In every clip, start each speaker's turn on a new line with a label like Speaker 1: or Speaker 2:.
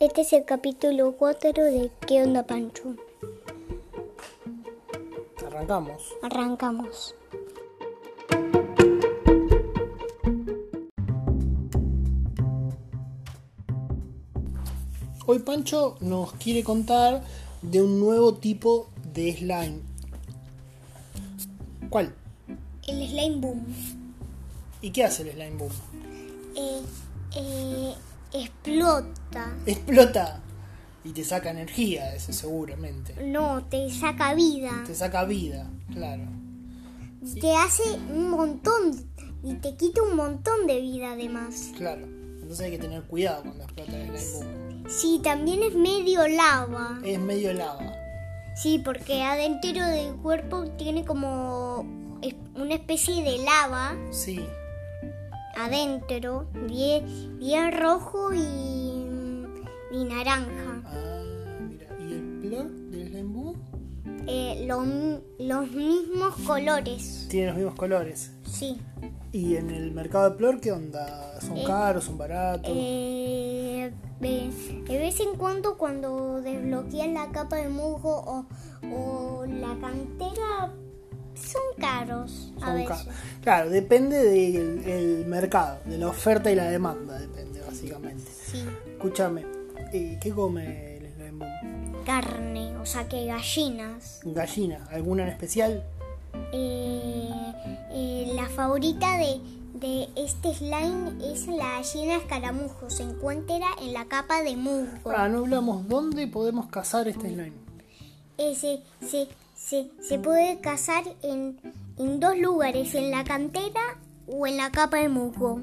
Speaker 1: Este es el capítulo 4 de ¿Qué onda Pancho?
Speaker 2: Arrancamos.
Speaker 1: Arrancamos.
Speaker 2: Hoy Pancho nos quiere contar de un nuevo tipo de slime. ¿Cuál?
Speaker 1: El slime boom
Speaker 2: ¿Y qué hace el slime boom?
Speaker 1: eh, eh, explota.
Speaker 2: Explota y te saca energía, eso seguramente.
Speaker 1: No, te saca vida.
Speaker 2: Te saca vida, claro.
Speaker 1: Te hace un montón y te quita un montón de vida además.
Speaker 2: Claro. Entonces hay que tener cuidado cuando explota el slime boom.
Speaker 1: Sí, también es medio lava.
Speaker 2: Es medio lava.
Speaker 1: Sí, porque adentro del cuerpo tiene como es- una especie de lava
Speaker 2: Sí.
Speaker 1: adentro, bien, bien rojo y, y naranja.
Speaker 2: Ah, mira. ¿Y el plot del slime boom?
Speaker 1: Eh, lo mi- los mismos colores,
Speaker 2: Tiene los mismos colores.
Speaker 1: sí.
Speaker 2: ¿Y en el mercado de Plor qué onda? ¿Son
Speaker 1: Eh,
Speaker 2: caros? ¿Son baratos?
Speaker 1: Eh, de, de vez en cuando cuando desbloqueas la capa de musgo o, o la cantera son caros a
Speaker 2: Son
Speaker 1: veces.
Speaker 2: ca- Claro, depende del el mercado, de la oferta y la demanda, depende básicamente.
Speaker 1: Sí,
Speaker 2: Escúchame, eh, ¿qué come el slime bomb?
Speaker 1: carne, o sea que gallinas.
Speaker 2: ¿Gallina? ¿Alguna en especial?
Speaker 1: Eh, eh, la favorita de, de este slime es la gallina escaramujo. Se encuentra en la capa de musgo.
Speaker 2: Ah, no hablamos dónde podemos cazar este slime.
Speaker 1: Eh, se, se- se- se puede cazar en, en dos lugares, en la cantera o en la capa de musgo.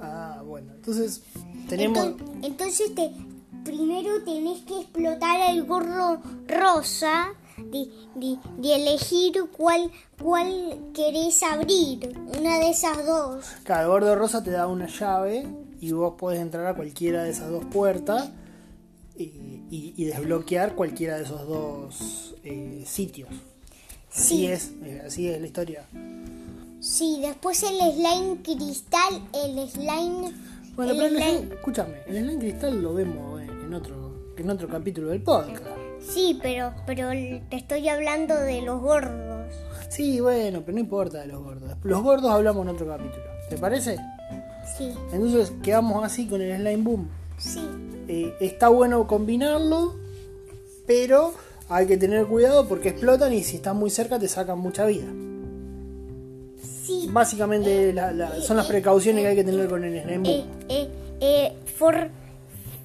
Speaker 2: Ah, bueno, entonces tenemos...
Speaker 1: Enton- entonces te, primero tenés que explotar el gorro rosa de, de- de elegir cuál, cuál querés abrir, una de esas dos.
Speaker 2: Claro, el gordo rosa te da una llave y vos podés entrar a cualquiera de esas dos puertas y, y- y desbloquear cualquiera de esos dos eh, sitios. Así
Speaker 1: Sí.
Speaker 2: es, eh, así es la historia.
Speaker 1: Sí, después el slime cristal, el slime...
Speaker 2: Bueno,
Speaker 1: el
Speaker 2: pero el
Speaker 1: slime-
Speaker 2: slime- escúchame, el slime cristal lo vemos en, en otro en otro capítulo del podcast.
Speaker 1: Sí, pero, pero te estoy hablando de los gordos.
Speaker 2: Sí, bueno, pero no importa de los gordos. Los gordos hablamos en otro capítulo. ¿Te parece?
Speaker 1: Sí,
Speaker 2: Entonces quedamos así con el slime boom.
Speaker 1: sí.
Speaker 2: Eh, está bueno combinarlo, pero hay que tener cuidado porque explotan y si estás muy cerca te sacan mucha vida.
Speaker 1: Sí.
Speaker 2: Básicamente la- la- son las precauciones que hay que tener con el slime
Speaker 1: Eh,
Speaker 2: boom.
Speaker 1: eh, eh, for-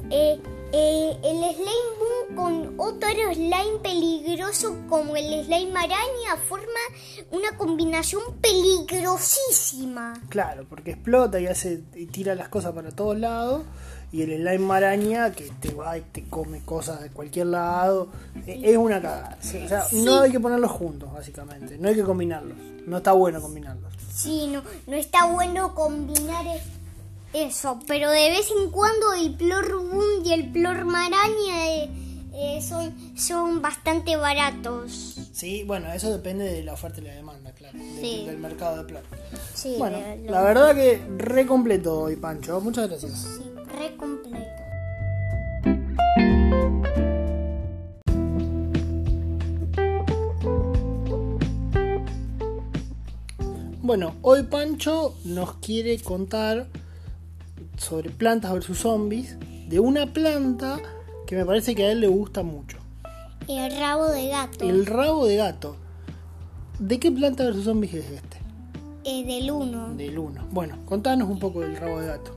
Speaker 1: eh, eh, el slime boom con otro slime peligroso como el slime araña forma una combinación peligrosísima.
Speaker 2: Claro, porque explota y hace y tira las cosas para todos lados. Y el slime maraña que te va y te come cosas de cualquier lado. e- Es una cagada. sí, O sea,
Speaker 1: Sí.
Speaker 2: no hay que ponerlos juntos, básicamente. No hay que combinarlos. No está bueno combinarlos.
Speaker 1: Sí, no, no está bueno combinar e- eso, pero de vez en cuando el plor boom y el plor maraña eh, eh, son, son bastante baratos.
Speaker 2: Sí, bueno, eso depende de la oferta y la demanda, claro. de-
Speaker 1: Sí.
Speaker 2: Del mercado de plata.
Speaker 1: Sí, eh,
Speaker 2: bueno,
Speaker 1: de-
Speaker 2: la verdad que re completo hoy, Pancho. Muchas gracias.
Speaker 1: Sí, re completo.
Speaker 2: Bueno, hoy Pancho nos quiere contar sobre plantas versus zombies de una planta que me parece que a él le gusta mucho.
Speaker 1: El rabo de gato.
Speaker 2: El rabo de gato. ¿De qué planta versus zombies es este?
Speaker 1: eh, del 1.
Speaker 2: Del 1. Bueno, contanos un poco del rabo de gato.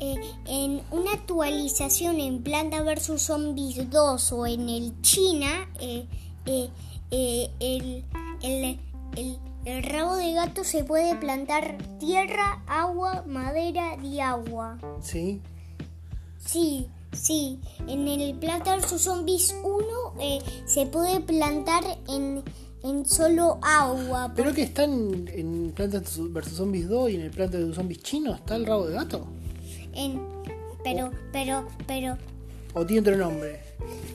Speaker 1: eh, en una actualización en Planta vs. Zombies 2 o en el China, eh, eh, eh, el, el- el- el rabo de gato se puede plantar tierra, agua, madera y agua.
Speaker 2: ¿Sí?
Speaker 1: Sí, sí. En el Planta vs. Zombies 1 eh, se puede plantar en, en solo agua.
Speaker 2: ¿Pero que están en Plantas vs Zombies 2 y en el Plantas vs Zombies chino? ¿Está el rabo de gato?
Speaker 1: En, pero, pero, pero,
Speaker 2: ¿O ¿O tiene otro nombre?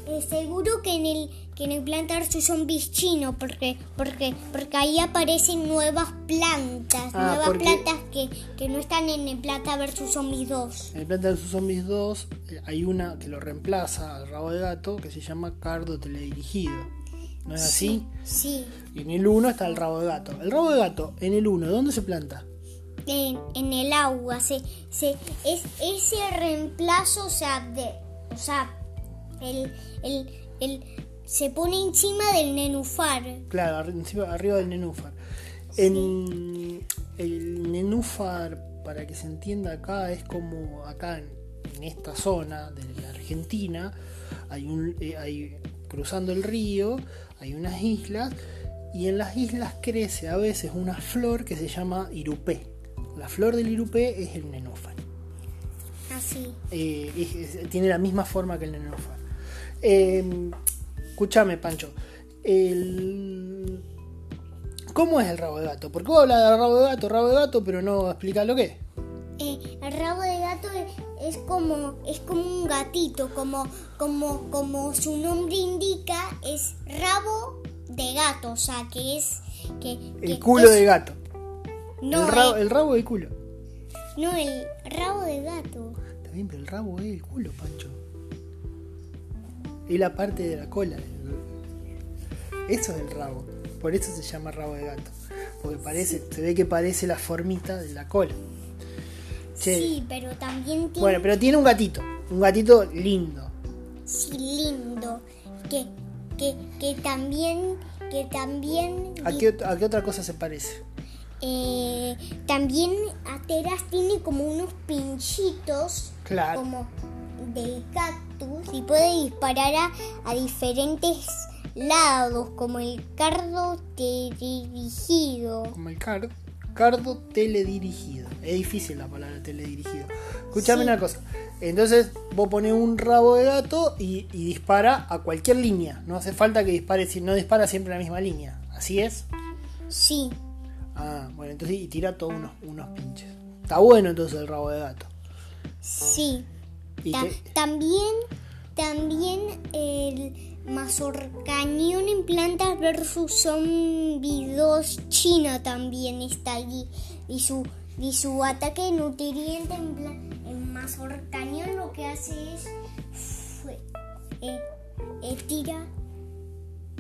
Speaker 1: Eh, seguro que en el que en el plantar sus zombies chino porque porque porque ahí aparecen nuevas plantas,
Speaker 2: Ah,
Speaker 1: nuevas
Speaker 2: porque-
Speaker 1: plantas que, que no están en el planta versus zombies 2.
Speaker 2: En el Planta vs Zombies 2 eh, hay una que lo reemplaza al rabo de gato que se llama Cardo Teledirigido. ¿No es así?
Speaker 1: Sí.
Speaker 2: Y en el 1 está el rabo de gato. El rabo de gato, en el 1, ¿dónde se planta?
Speaker 1: en, en el agua. Se, se, es ese reemplazo, o sea, de, o sea el, el, el- se pone encima del nenufar.
Speaker 2: Claro, arri- encima- arriba del nenúfar. En el nenúfar, para que se entienda acá, es como acá en, en esta zona de la Argentina, hay un, eh, hay, cruzando el río, hay unas islas y en las islas crece a veces una flor que se llama irupé. La flor del irupé es el nenúfar.
Speaker 1: Así.
Speaker 2: Eh, es- es- tiene la misma forma que el nenúfar. Eh, escúchame, Pancho. El- ¿Cómo es el rabo de gato? Porque vos hablas de rabo de gato, rabo de gato, pero no explicas lo que es.
Speaker 1: Eh, el rabo de gato es, es como es como un gatito, como, como, como su nombre indica, es rabo de gato, o sea que es que,
Speaker 2: El
Speaker 1: que
Speaker 2: culo
Speaker 1: es-
Speaker 2: de gato.
Speaker 1: no,
Speaker 2: el, rabo,
Speaker 1: eh,
Speaker 2: el rabo del culo.
Speaker 1: no el rabo de gato.
Speaker 2: Está bien, pero el rabo es el culo, Pancho. Es la parte de la cola. Eso es el rabo. Por eso se llama rabo de gato. Porque parece, se ve que parece la formita de la cola. Che,
Speaker 1: Sí, pero también tiene
Speaker 2: Bueno, pero tiene un gatito. Un gatito lindo.
Speaker 1: Sí, lindo. Que, que, que también, que también,
Speaker 2: ¿A qué, ot- a qué otra cosa se parece?
Speaker 1: eh, también Ateras tiene como unos pinchitos,
Speaker 2: Claro.
Speaker 1: como del cactus, y puede disparar a, a diferentes lados, como el cardo dirigido.
Speaker 2: Como el card, cardo teledirigido. Es difícil la palabra teledirigido. Escuchame
Speaker 1: Sí.
Speaker 2: una cosa. Entonces vos pones un rabo de gato y, y dispara a cualquier línea. No hace falta que dispare, si- no dispara siempre a la misma línea. Así es.
Speaker 1: Sí,
Speaker 2: Ah, bueno, entonces y tira todos unos, unos pinches. Está bueno entonces el rabo de gato.
Speaker 1: sí.
Speaker 2: Y
Speaker 1: Ta-
Speaker 2: te-
Speaker 1: también, también el mazorcañón en plantas versus zombies 2 China también está allí. Y su, y su ataque de nutriente en, pla- en mazorcañón lo que hace es fue- eh, eh, tira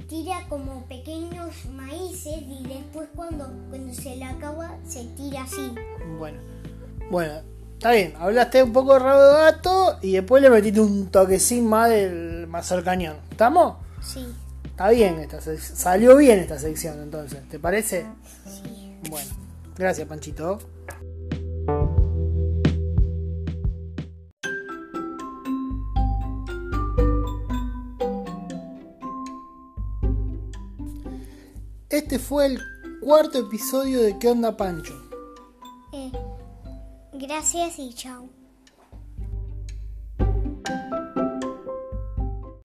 Speaker 1: tira como pequeños maíces y después cuando, cuando se le acaba se tira así.
Speaker 2: Bueno, bueno, está bien. Hablaste un poco de rabo de gato y después le metiste un toquecín más del mazorcañón. ¿Estamos?
Speaker 1: Sí,
Speaker 2: Está bien esta sec- Salió bien esta sección entonces. ¿Te parece?
Speaker 1: sí.
Speaker 2: Bueno, gracias Panchito. Este fue el cuarto episodio de ¿Qué onda Pancho?
Speaker 1: Eh, gracias y chao.